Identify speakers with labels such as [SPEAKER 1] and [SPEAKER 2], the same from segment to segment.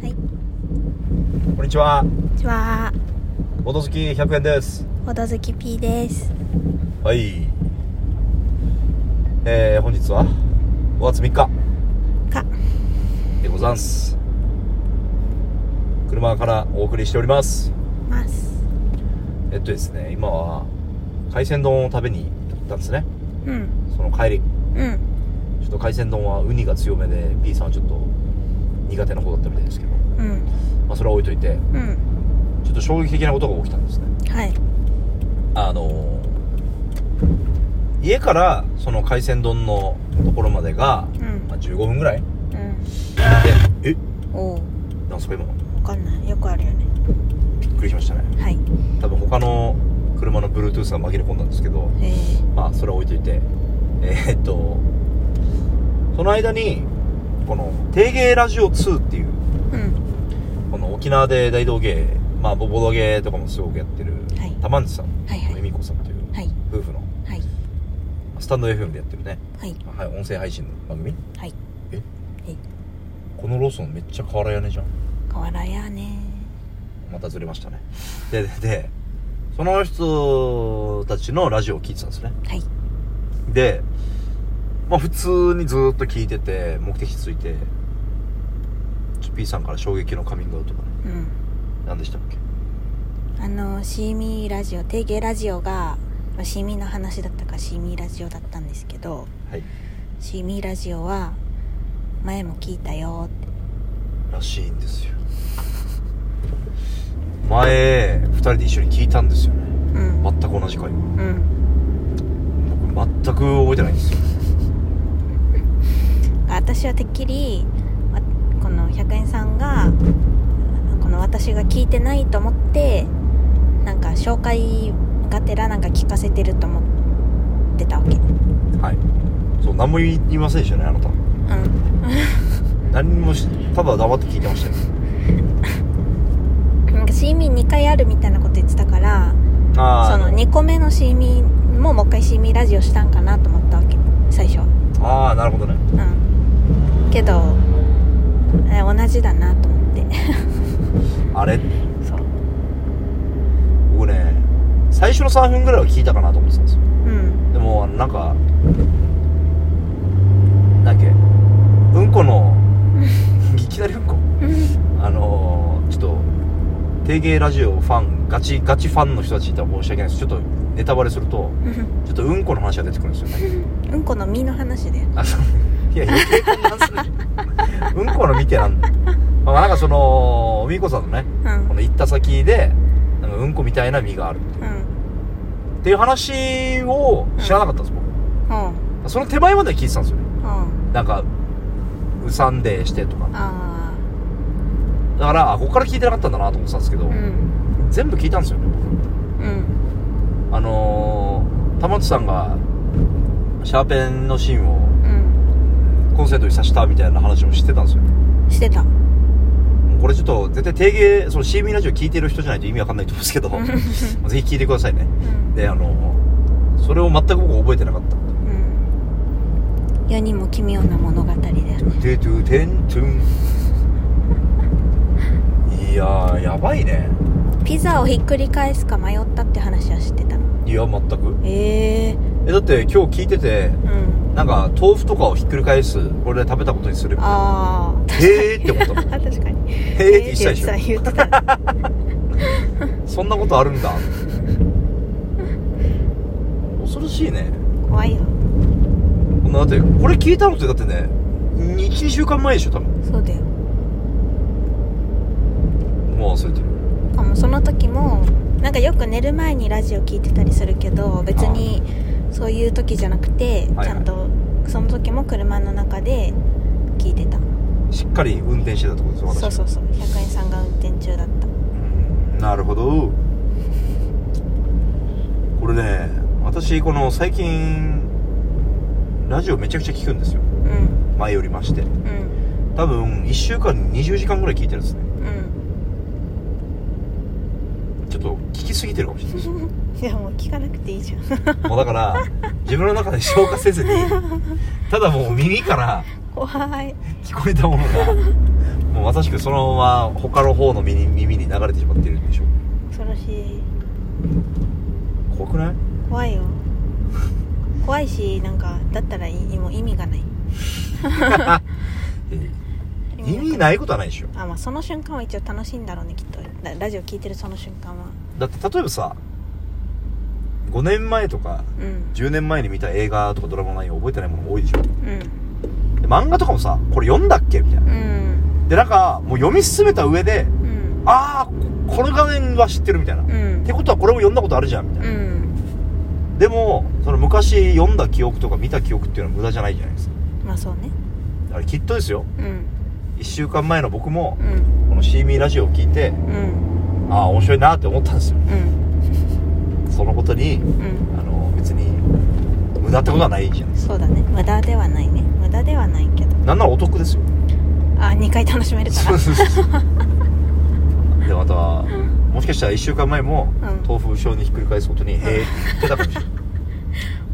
[SPEAKER 1] はい、こ
[SPEAKER 2] こんにちは。
[SPEAKER 1] んにちは。
[SPEAKER 2] ボト好き100円です。
[SPEAKER 1] ほどずき P です。
[SPEAKER 2] はい。えー、本日は5月3日
[SPEAKER 1] か、
[SPEAKER 2] でござんす。車からお送りしております。
[SPEAKER 1] ます。
[SPEAKER 2] えっとですね、今は海鮮丼を食べに行ったんですね。
[SPEAKER 1] うん、
[SPEAKER 2] その帰り。
[SPEAKER 1] うん、
[SPEAKER 2] ちょっと海鮮丼はウニが強めで、P さんはちょっと苦手な方だったみたいですけど、
[SPEAKER 1] うん、
[SPEAKER 2] まあそれは置いといて、
[SPEAKER 1] うん。
[SPEAKER 2] ちょっと衝撃的なことが起きたんですね。
[SPEAKER 1] はい。
[SPEAKER 2] あのー家からその海鮮丼のところまでが、
[SPEAKER 1] うん
[SPEAKER 2] まあ、15分ぐらいでえ
[SPEAKER 1] うん。おお、
[SPEAKER 2] なんすか今の
[SPEAKER 1] わかんない。よくあるよね。
[SPEAKER 2] びっくりしましたね
[SPEAKER 1] はい。
[SPEAKER 2] 多分他の車の Bluetooth が紛れ込んだんですけど
[SPEAKER 1] えー、
[SPEAKER 2] まあそれは置いといてえーっとその間にこの「定芸ラジオ2」っていう
[SPEAKER 1] うん、
[SPEAKER 2] この沖縄で大道芸まあボボド芸とかもすごくやってる
[SPEAKER 1] はい
[SPEAKER 2] 玉内さん
[SPEAKER 1] はいはい
[SPEAKER 2] 恵美子さんという
[SPEAKER 1] はい、
[SPEAKER 2] 夫婦の
[SPEAKER 1] はい、
[SPEAKER 2] スタンド FM でやってるね、
[SPEAKER 1] はい、
[SPEAKER 2] はい、音声配信の番組
[SPEAKER 1] はい。
[SPEAKER 2] え
[SPEAKER 1] え、
[SPEAKER 2] このローソンめっちゃ瓦屋根じゃん
[SPEAKER 1] 瓦屋ね。
[SPEAKER 2] またずれましたねでででその人たちのラジオを聞いてたんですね
[SPEAKER 1] はい、
[SPEAKER 2] でまあ普通にずーっと聞いてて目的地ついてちょ P さんから衝撃のカミングアウトがね
[SPEAKER 1] うん。
[SPEAKER 2] 何でしたっけ
[SPEAKER 1] あの、シーミーラジオ、定芸ラジオが、まあシーミーの話だったか、シーミーラジオだったんですけど、
[SPEAKER 2] はい
[SPEAKER 1] シーミーラジオは、前も聞いたよって。
[SPEAKER 2] らしいんですよ前2人で一緒に聞いたんですよね
[SPEAKER 1] うん、
[SPEAKER 2] 全く同じ回を
[SPEAKER 1] うん。
[SPEAKER 2] 僕全く覚えてないんですよ
[SPEAKER 1] 私はてっきりわこの100円さんがこの私が聞いてないと思ってなんか紹介がてらなんか聞かせてると思ってたわけう
[SPEAKER 2] はいそう何も言いませんでしたねあなた
[SPEAKER 1] ん
[SPEAKER 2] 何もしただ黙って聞いてましたよ
[SPEAKER 1] なんかシーミー2回あるみたいなこと言ってたから
[SPEAKER 2] あ
[SPEAKER 1] その2個目のシーミーももう一回シーミーラジオしたんかなと思ったわけ最初は
[SPEAKER 2] ああなるほどね
[SPEAKER 1] うんけどえ同じだなと思って
[SPEAKER 2] あれ
[SPEAKER 1] そう
[SPEAKER 2] 僕ね最初の3分ぐらいは聞いたかなと思ってたんですよ
[SPEAKER 1] うん
[SPEAKER 2] でもあのなんかなんだっけうんこのいきなりうんこあのー、ちょっと定芸ラジオファンガチガチファンの人たちいたら申し訳ないですちょっとネタバレすると
[SPEAKER 1] うん
[SPEAKER 2] ちょっとうんこの話が出てくるんですよね
[SPEAKER 1] うんこの身の話だよ
[SPEAKER 2] あそういや余計混乱するうんこの見てなんだよ、まあ、なんかそのみーこさんのね
[SPEAKER 1] うん
[SPEAKER 2] この行った先でなんかうんこみたいな実がある
[SPEAKER 1] うん
[SPEAKER 2] っていう話を知らなかったんです、
[SPEAKER 1] うん
[SPEAKER 2] 僕その手前までは聞いてたんですよね
[SPEAKER 1] うん
[SPEAKER 2] なんかうさんでしてとか
[SPEAKER 1] あ
[SPEAKER 2] だからあここから聞いてなかったんだなと思ってたんですけど、
[SPEAKER 1] あうん
[SPEAKER 2] 全部聞いたんですよね
[SPEAKER 1] うん
[SPEAKER 2] 僕あのー、玉内さんがシャーペンの芯を
[SPEAKER 1] う
[SPEAKER 2] コンセントに刺したみたいな話も知ってたんですよ
[SPEAKER 1] んしてた
[SPEAKER 2] これちょっと絶対定芸その CM ラジオ聞いてる人じゃないと意味わかんないと思うんですけどぜひ聞いてくださいね
[SPEAKER 1] うん
[SPEAKER 2] であのそれを全く僕覚えてなかった
[SPEAKER 1] うん世にも奇妙な物語だよね
[SPEAKER 2] 「てトゥテントゥン」いやーやばいね
[SPEAKER 1] ピザをひっくり返すか迷ったって話は知ってたの
[SPEAKER 2] いや全く
[SPEAKER 1] ええ
[SPEAKER 2] えだって今日聞いてて
[SPEAKER 1] うん
[SPEAKER 2] なんか豆腐とかをひっくり返すこれで食べたことにするみたいな
[SPEAKER 1] ああ
[SPEAKER 2] へーって思ったもん
[SPEAKER 1] 確かに
[SPEAKER 2] へーって言ってたでし
[SPEAKER 1] へー
[SPEAKER 2] ょ
[SPEAKER 1] って言ってた言ってた
[SPEAKER 2] そんなことあるんだ恐ろしいね
[SPEAKER 1] 怖いよ
[SPEAKER 2] こんなだってこれ聞いたのってだってね12週間前でしょ多分
[SPEAKER 1] そうだよ
[SPEAKER 2] もう忘れてる
[SPEAKER 1] しかもその時もなんかよく寝る前にラジオ聞いてたりするけど別にそういう時じゃなくて
[SPEAKER 2] はいはい
[SPEAKER 1] ちゃんとその時も車の中で聞いてた
[SPEAKER 2] しっかり運転してたってことですよ
[SPEAKER 1] そう
[SPEAKER 2] 私
[SPEAKER 1] そうそう100円さんが運転中だった
[SPEAKER 2] うんなるほどこれね私この最近ラジオめちゃくちゃ聞くんですよ
[SPEAKER 1] うん
[SPEAKER 2] 前よりまして
[SPEAKER 1] うん
[SPEAKER 2] 多分1週間に20時間ぐらい聞いてるんですね
[SPEAKER 1] うん
[SPEAKER 2] ちょっと聞きすぎてるかもしれないです
[SPEAKER 1] いやもう聞かなくていいじゃん
[SPEAKER 2] もうだから自分の中で消化せずにただもう耳から
[SPEAKER 1] 怖い
[SPEAKER 2] 聞こえたものがもうまさしくそのまま他の方の耳に耳に流れてしまっているんでしょう
[SPEAKER 1] 恐ろしい
[SPEAKER 2] 怖くない
[SPEAKER 1] 怖 いよ怖いしなんかだったらいもう意味がない
[SPEAKER 2] え意味ないことはないでしょ
[SPEAKER 1] あまあその瞬間は一応楽しいんだろうねきっとララジオ聞いてるその瞬間は
[SPEAKER 2] だって例えばさ5年前とか
[SPEAKER 1] うん
[SPEAKER 2] 10年前に見た映画とかドラマの内容覚えてないものも多いでしょ
[SPEAKER 1] うん
[SPEAKER 2] で漫画とかもさこれ読んだっけみたいな
[SPEAKER 1] うん
[SPEAKER 2] でなんかもう読み進めた上で
[SPEAKER 1] うん
[SPEAKER 2] ああここの画面は知ってるみたいな、
[SPEAKER 1] う
[SPEAKER 2] っ
[SPEAKER 1] ん
[SPEAKER 2] てことはこれも読んだことあるじゃんみたい
[SPEAKER 1] う
[SPEAKER 2] な、
[SPEAKER 1] ん
[SPEAKER 2] でもその昔読んだ記憶とか見た記憶っていうのは無駄じゃないじゃないですか
[SPEAKER 1] まあそうね
[SPEAKER 2] だからきっとですよ
[SPEAKER 1] うん
[SPEAKER 2] 1週間前の僕も
[SPEAKER 1] うん
[SPEAKER 2] この「シーミーラジオ」を聞いて
[SPEAKER 1] うん
[SPEAKER 2] ああ面白いなって思ったんですよ
[SPEAKER 1] うん
[SPEAKER 2] そのことに
[SPEAKER 1] うん
[SPEAKER 2] あの別に無駄ってことはないじゃないです
[SPEAKER 1] そうだね無駄ではないね無駄ではないけど
[SPEAKER 2] かなんならお得ですよ
[SPEAKER 1] あ二2回楽しめるか
[SPEAKER 2] そう
[SPEAKER 1] ら
[SPEAKER 2] そうそうでまたもしかしたら1週間前も
[SPEAKER 1] うん
[SPEAKER 2] 豆腐症にひっくり返すことに「へえ」って言ってたかもしれない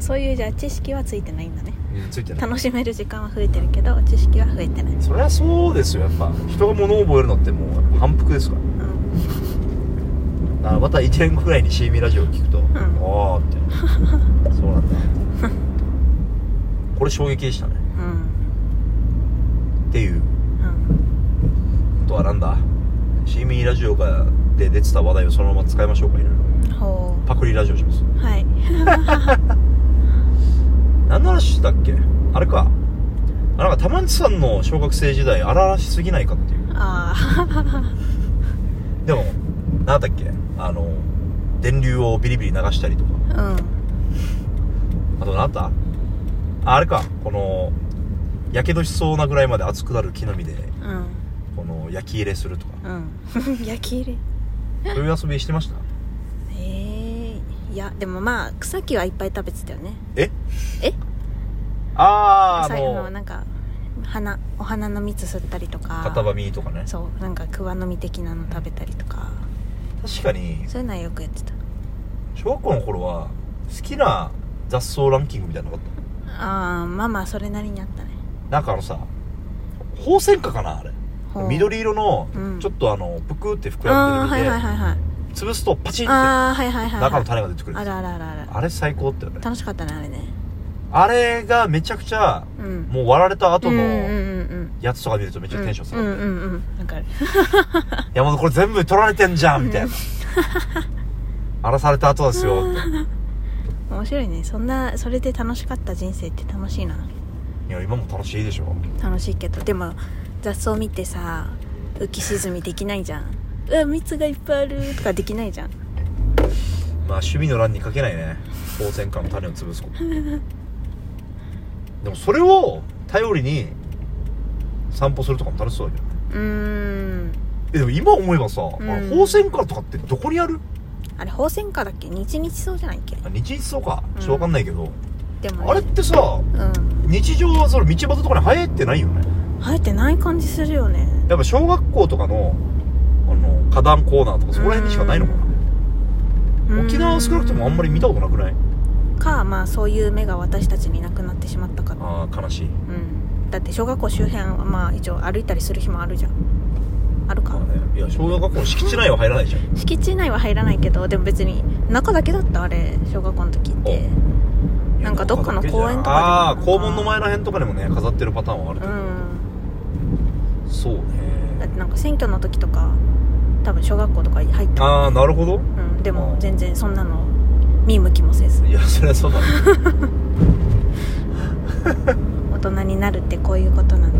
[SPEAKER 1] そういうじゃあ知識はついてないんだね
[SPEAKER 2] うんついてない
[SPEAKER 1] 楽しめる時間は増えてるけど知識は増えてない、
[SPEAKER 2] そりゃそうですよやっぱ人が物を覚えるのってもう反復ですか
[SPEAKER 1] うん、
[SPEAKER 2] らだからまた1年後ぐらいに CM ラジオを聞くと「
[SPEAKER 1] ん
[SPEAKER 2] おお」ってそうなんだこれ衝撃でしたね
[SPEAKER 1] うん
[SPEAKER 2] っていう
[SPEAKER 1] うん
[SPEAKER 2] ことはなんだ CM ラジオがで出てた話題をそのまま使いましょうかいろいろ
[SPEAKER 1] ほ
[SPEAKER 2] パクリラジオします
[SPEAKER 1] うはい
[SPEAKER 2] 何の話だっけあれかあなんか玉内さんの小学生時代荒々しすぎないかっていう
[SPEAKER 1] ああ
[SPEAKER 2] でも何だっけあの電流をビリビリ流したりとか
[SPEAKER 1] うん
[SPEAKER 2] あと何あったああれかこのやけどしそうなぐらいまで熱くなる木の実で
[SPEAKER 1] うん
[SPEAKER 2] この焼き入れするとか
[SPEAKER 1] うん 焼き入れ
[SPEAKER 2] そういう遊びしてました
[SPEAKER 1] えー、いやでもまあ草木はいっぱい食べてたよね
[SPEAKER 2] え
[SPEAKER 1] え
[SPEAKER 2] あー
[SPEAKER 1] 最後
[SPEAKER 2] あ
[SPEAKER 1] の
[SPEAKER 2] の
[SPEAKER 1] なんか花お花の蜜吸ったりとか
[SPEAKER 2] 片ばみとかね
[SPEAKER 1] そうなんか桑の実的なの食べたりとか
[SPEAKER 2] 確かに
[SPEAKER 1] そういうのはよくやってた
[SPEAKER 2] 小学校の頃は好きな雑草ランキングみたいなのなかっ
[SPEAKER 1] ああまあまあそれなりにあったね
[SPEAKER 2] たなんかあのさ宝泉花かなあれ
[SPEAKER 1] ほう
[SPEAKER 2] 緑色の
[SPEAKER 1] うん
[SPEAKER 2] ちょっとあのぷくって
[SPEAKER 1] あ
[SPEAKER 2] 膨ら
[SPEAKER 1] あ
[SPEAKER 2] んで
[SPEAKER 1] はい
[SPEAKER 2] る
[SPEAKER 1] はい
[SPEAKER 2] 実で
[SPEAKER 1] はいはい
[SPEAKER 2] 潰すとパチンって
[SPEAKER 1] ああはいはいはい、はい、
[SPEAKER 2] 中の種が出てくる
[SPEAKER 1] あるあるあるある
[SPEAKER 2] あれ最高だったよね
[SPEAKER 1] 楽しかったねあれね
[SPEAKER 2] あれがめちゃくちゃ
[SPEAKER 1] うん
[SPEAKER 2] もう割られた後
[SPEAKER 1] うんうんうん
[SPEAKER 2] の
[SPEAKER 1] うん
[SPEAKER 2] やつとか見るとめっちゃテンション下
[SPEAKER 1] う
[SPEAKER 2] が
[SPEAKER 1] ん
[SPEAKER 2] る、
[SPEAKER 1] うんうんうんわかる
[SPEAKER 2] 山田これ全部取られてんじゃん みたいな荒らされた後ですよって
[SPEAKER 1] 面白いねそんなそれで楽しかった人生って楽しいない
[SPEAKER 2] や今も楽しいでしょ
[SPEAKER 1] 楽しいけどでも雑草見てさ浮き沈みできないじゃんうわ蜜がいっぱいあるとかできないじゃん
[SPEAKER 2] まあ趣味の欄に書けないね宝泉花の種を潰すこと でもそれを頼りに散歩するとかも楽しそうだけどね
[SPEAKER 1] うーん
[SPEAKER 2] えでも今思えばさ、あの
[SPEAKER 1] うん
[SPEAKER 2] 宝泉花とかってどこにある
[SPEAKER 1] あれ宝泉花だっけ日日そうじゃないっけ
[SPEAKER 2] あ日日そうか
[SPEAKER 1] うん
[SPEAKER 2] ちょっと分かんないけど、
[SPEAKER 1] でも、ね、
[SPEAKER 2] あれってさ
[SPEAKER 1] うん
[SPEAKER 2] 日常はその道端とかに生えてないよね
[SPEAKER 1] 生えてない感じするよね
[SPEAKER 2] やっぱ小学校とかのあの花壇コーナーとかそこら辺にしかないのかな沖縄は少なくともあんまり見たことなくない
[SPEAKER 1] りかまあそういう目が私たちになくなってしまったかな
[SPEAKER 2] ああ悲しい
[SPEAKER 1] うんだって小学校周辺はまあ一応歩いたりする日もあるじゃんある
[SPEAKER 2] ま
[SPEAKER 1] か
[SPEAKER 2] あねいや小学校の敷地内は入らないじゃん
[SPEAKER 1] 敷地内は入らないけどでも別に中だけだったあれ小学校の時ってなんかどっかの公園とかで
[SPEAKER 2] あ
[SPEAKER 1] な
[SPEAKER 2] あ
[SPEAKER 1] んか
[SPEAKER 2] 校門の前らへんとかにもね飾ってるパターンはあるけ
[SPEAKER 1] う
[SPEAKER 2] ど、
[SPEAKER 1] ん
[SPEAKER 2] そう
[SPEAKER 1] だっ
[SPEAKER 2] ね
[SPEAKER 1] てなんか選挙の時とか多分小学校とか入った、
[SPEAKER 2] ああなるほど
[SPEAKER 1] うん、でも全然そんなの見向きもせず
[SPEAKER 2] いやそりゃそうだね
[SPEAKER 1] 大人になるってこういうことなん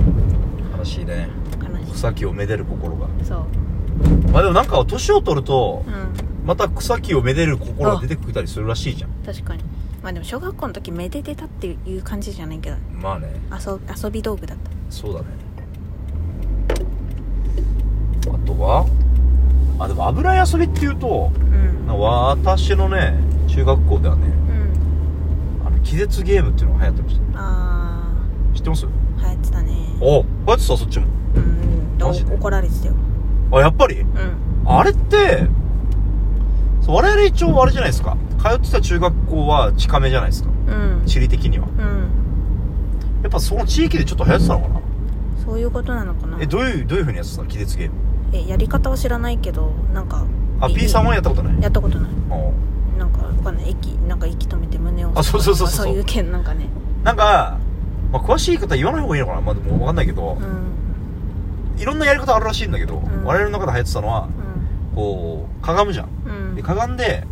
[SPEAKER 1] だ
[SPEAKER 2] 悲しいね
[SPEAKER 1] 悲し
[SPEAKER 2] 草木をめでる心が
[SPEAKER 1] いそう
[SPEAKER 2] まあでもなんか年を取ると
[SPEAKER 1] うん
[SPEAKER 2] また草木をめでる心が出てくたりするらしいじゃん
[SPEAKER 1] 確かにまあでも小学校の時めでてたっていう感じじゃないけど
[SPEAKER 2] まあね
[SPEAKER 1] 遊遊び道具だった
[SPEAKER 2] そうだねあとはあでも油遊びっていうと
[SPEAKER 1] うん
[SPEAKER 2] な私のね中学校ではね
[SPEAKER 1] うん
[SPEAKER 2] あの気絶ゲームっていうのが流行ってまし
[SPEAKER 1] あ
[SPEAKER 2] た知ってます
[SPEAKER 1] あ流行ってたね
[SPEAKER 2] おあやってたそっちも
[SPEAKER 1] うんで
[SPEAKER 2] マジで
[SPEAKER 1] 怒られてたよ
[SPEAKER 2] あやっぱり
[SPEAKER 1] うん
[SPEAKER 2] あれってそう我々一応あれじゃないですか通ってた中学校は近めじゃないですか
[SPEAKER 1] うん
[SPEAKER 2] 地理的には
[SPEAKER 1] うん
[SPEAKER 2] やっぱその地域でちょっと流行ってたのかな
[SPEAKER 1] そそういうことなのかな
[SPEAKER 2] えどういうどういうふうにやってたの気絶ゲーム
[SPEAKER 1] えやり方は知らないけどなんか
[SPEAKER 2] あ
[SPEAKER 1] え
[SPEAKER 2] P さんはやったことない
[SPEAKER 1] やったことない
[SPEAKER 2] うん
[SPEAKER 1] なんかわかんない息なんか息止めて胸を
[SPEAKER 2] あそうそうそう
[SPEAKER 1] そ
[SPEAKER 2] そう
[SPEAKER 1] ういう系なんかね
[SPEAKER 2] なんか、まあ、詳しい方は言わない方がいいのかなまあでも分かんないけど
[SPEAKER 1] う、ん
[SPEAKER 2] いろんなやり方あるらしいんだけど、
[SPEAKER 1] ん
[SPEAKER 2] 我々の中で流行ってたのは
[SPEAKER 1] うん
[SPEAKER 2] こうかがむじゃん
[SPEAKER 1] うん
[SPEAKER 2] でかがんで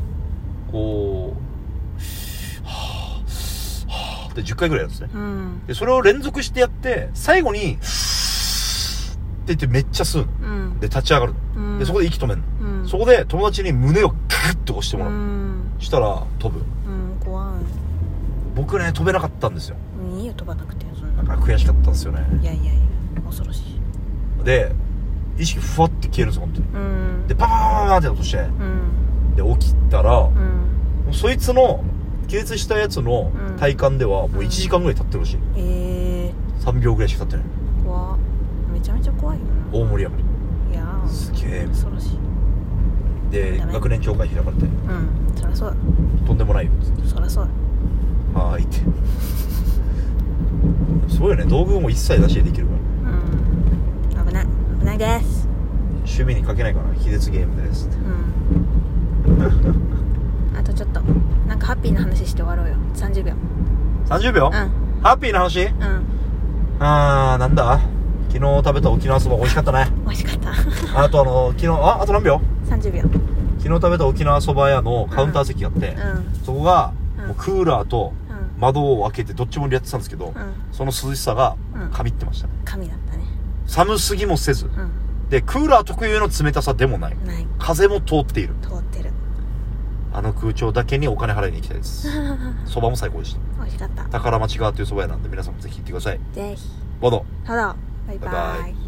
[SPEAKER 2] こうはぁはぁって10回ぐらいやつね
[SPEAKER 1] うん
[SPEAKER 2] でそれを連続してやって最後にって言ってめっちゃ吸うの
[SPEAKER 1] うん
[SPEAKER 2] で立ち上がる
[SPEAKER 1] うん
[SPEAKER 2] でそこで息止めるの、
[SPEAKER 1] うん
[SPEAKER 2] そこで友達に胸をグッと押してもら
[SPEAKER 1] う
[SPEAKER 2] う、
[SPEAKER 1] ん
[SPEAKER 2] したら飛ぶ
[SPEAKER 1] うん怖い
[SPEAKER 2] 僕ね飛べなかったんですよ
[SPEAKER 1] うんいいよ飛ばなくてそん
[SPEAKER 2] だ
[SPEAKER 1] な
[SPEAKER 2] から悔しかったんですよね
[SPEAKER 1] いやいやいや恐ろしい
[SPEAKER 2] で意識ふわって消えるんですよ本当に
[SPEAKER 1] うん
[SPEAKER 2] でパーパーパーパーって落として
[SPEAKER 1] うん
[SPEAKER 2] で起きたら、も
[SPEAKER 1] うん
[SPEAKER 2] うそいつの気絶したやつの
[SPEAKER 1] うん
[SPEAKER 2] 体感ではもう1時間ぐらい経ってるらしい
[SPEAKER 1] え
[SPEAKER 2] 3秒ぐらいしか経ってない
[SPEAKER 1] ー、怖っめちゃめちゃ怖いよ
[SPEAKER 2] 大盛り上がり
[SPEAKER 1] ないやー
[SPEAKER 2] すげえ
[SPEAKER 1] 恐ろしい
[SPEAKER 2] で
[SPEAKER 1] ダメ
[SPEAKER 2] 学年長会開かれて
[SPEAKER 1] うんそりゃそう
[SPEAKER 2] とんでもないよっつって
[SPEAKER 1] だそりゃそうだ
[SPEAKER 2] はーいってすごいよね道具も一切出しでできるから
[SPEAKER 1] うん危ない危ないです
[SPEAKER 2] 趣味にかけないから気絶ゲームですって
[SPEAKER 1] うんあとちょっとなんかハッピーな話して終わろうよ30秒
[SPEAKER 2] 30秒、
[SPEAKER 1] うん
[SPEAKER 2] ハッピーな話
[SPEAKER 1] うん
[SPEAKER 2] あーなんだ昨日食べた沖縄そば美味しかったね
[SPEAKER 1] 美味しかった
[SPEAKER 2] あとあの昨日ああと何秒
[SPEAKER 1] 30秒
[SPEAKER 2] 昨日食べた沖縄そば屋のカウンター席があって、
[SPEAKER 1] うん
[SPEAKER 2] そこが
[SPEAKER 1] うん
[SPEAKER 2] もうクーラーと
[SPEAKER 1] うん
[SPEAKER 2] 窓を開けてどっちもやってたんですけど、
[SPEAKER 1] うん
[SPEAKER 2] その涼しさが
[SPEAKER 1] うん
[SPEAKER 2] かみってましたね
[SPEAKER 1] 神だったね
[SPEAKER 2] 寒すぎもせず
[SPEAKER 1] う
[SPEAKER 2] でクーラー特有の冷たさでもない
[SPEAKER 1] んない
[SPEAKER 2] 風も通っている
[SPEAKER 1] 通って る
[SPEAKER 2] あの空調だけにお金払いに行きた いです
[SPEAKER 1] 美
[SPEAKER 2] そばも最高でした
[SPEAKER 1] 味しかった
[SPEAKER 2] 宝町川というそば屋なんで皆さんもぜひ行ってください
[SPEAKER 1] ぜひ
[SPEAKER 2] ボド
[SPEAKER 1] ただバイバイ
[SPEAKER 2] バイバイ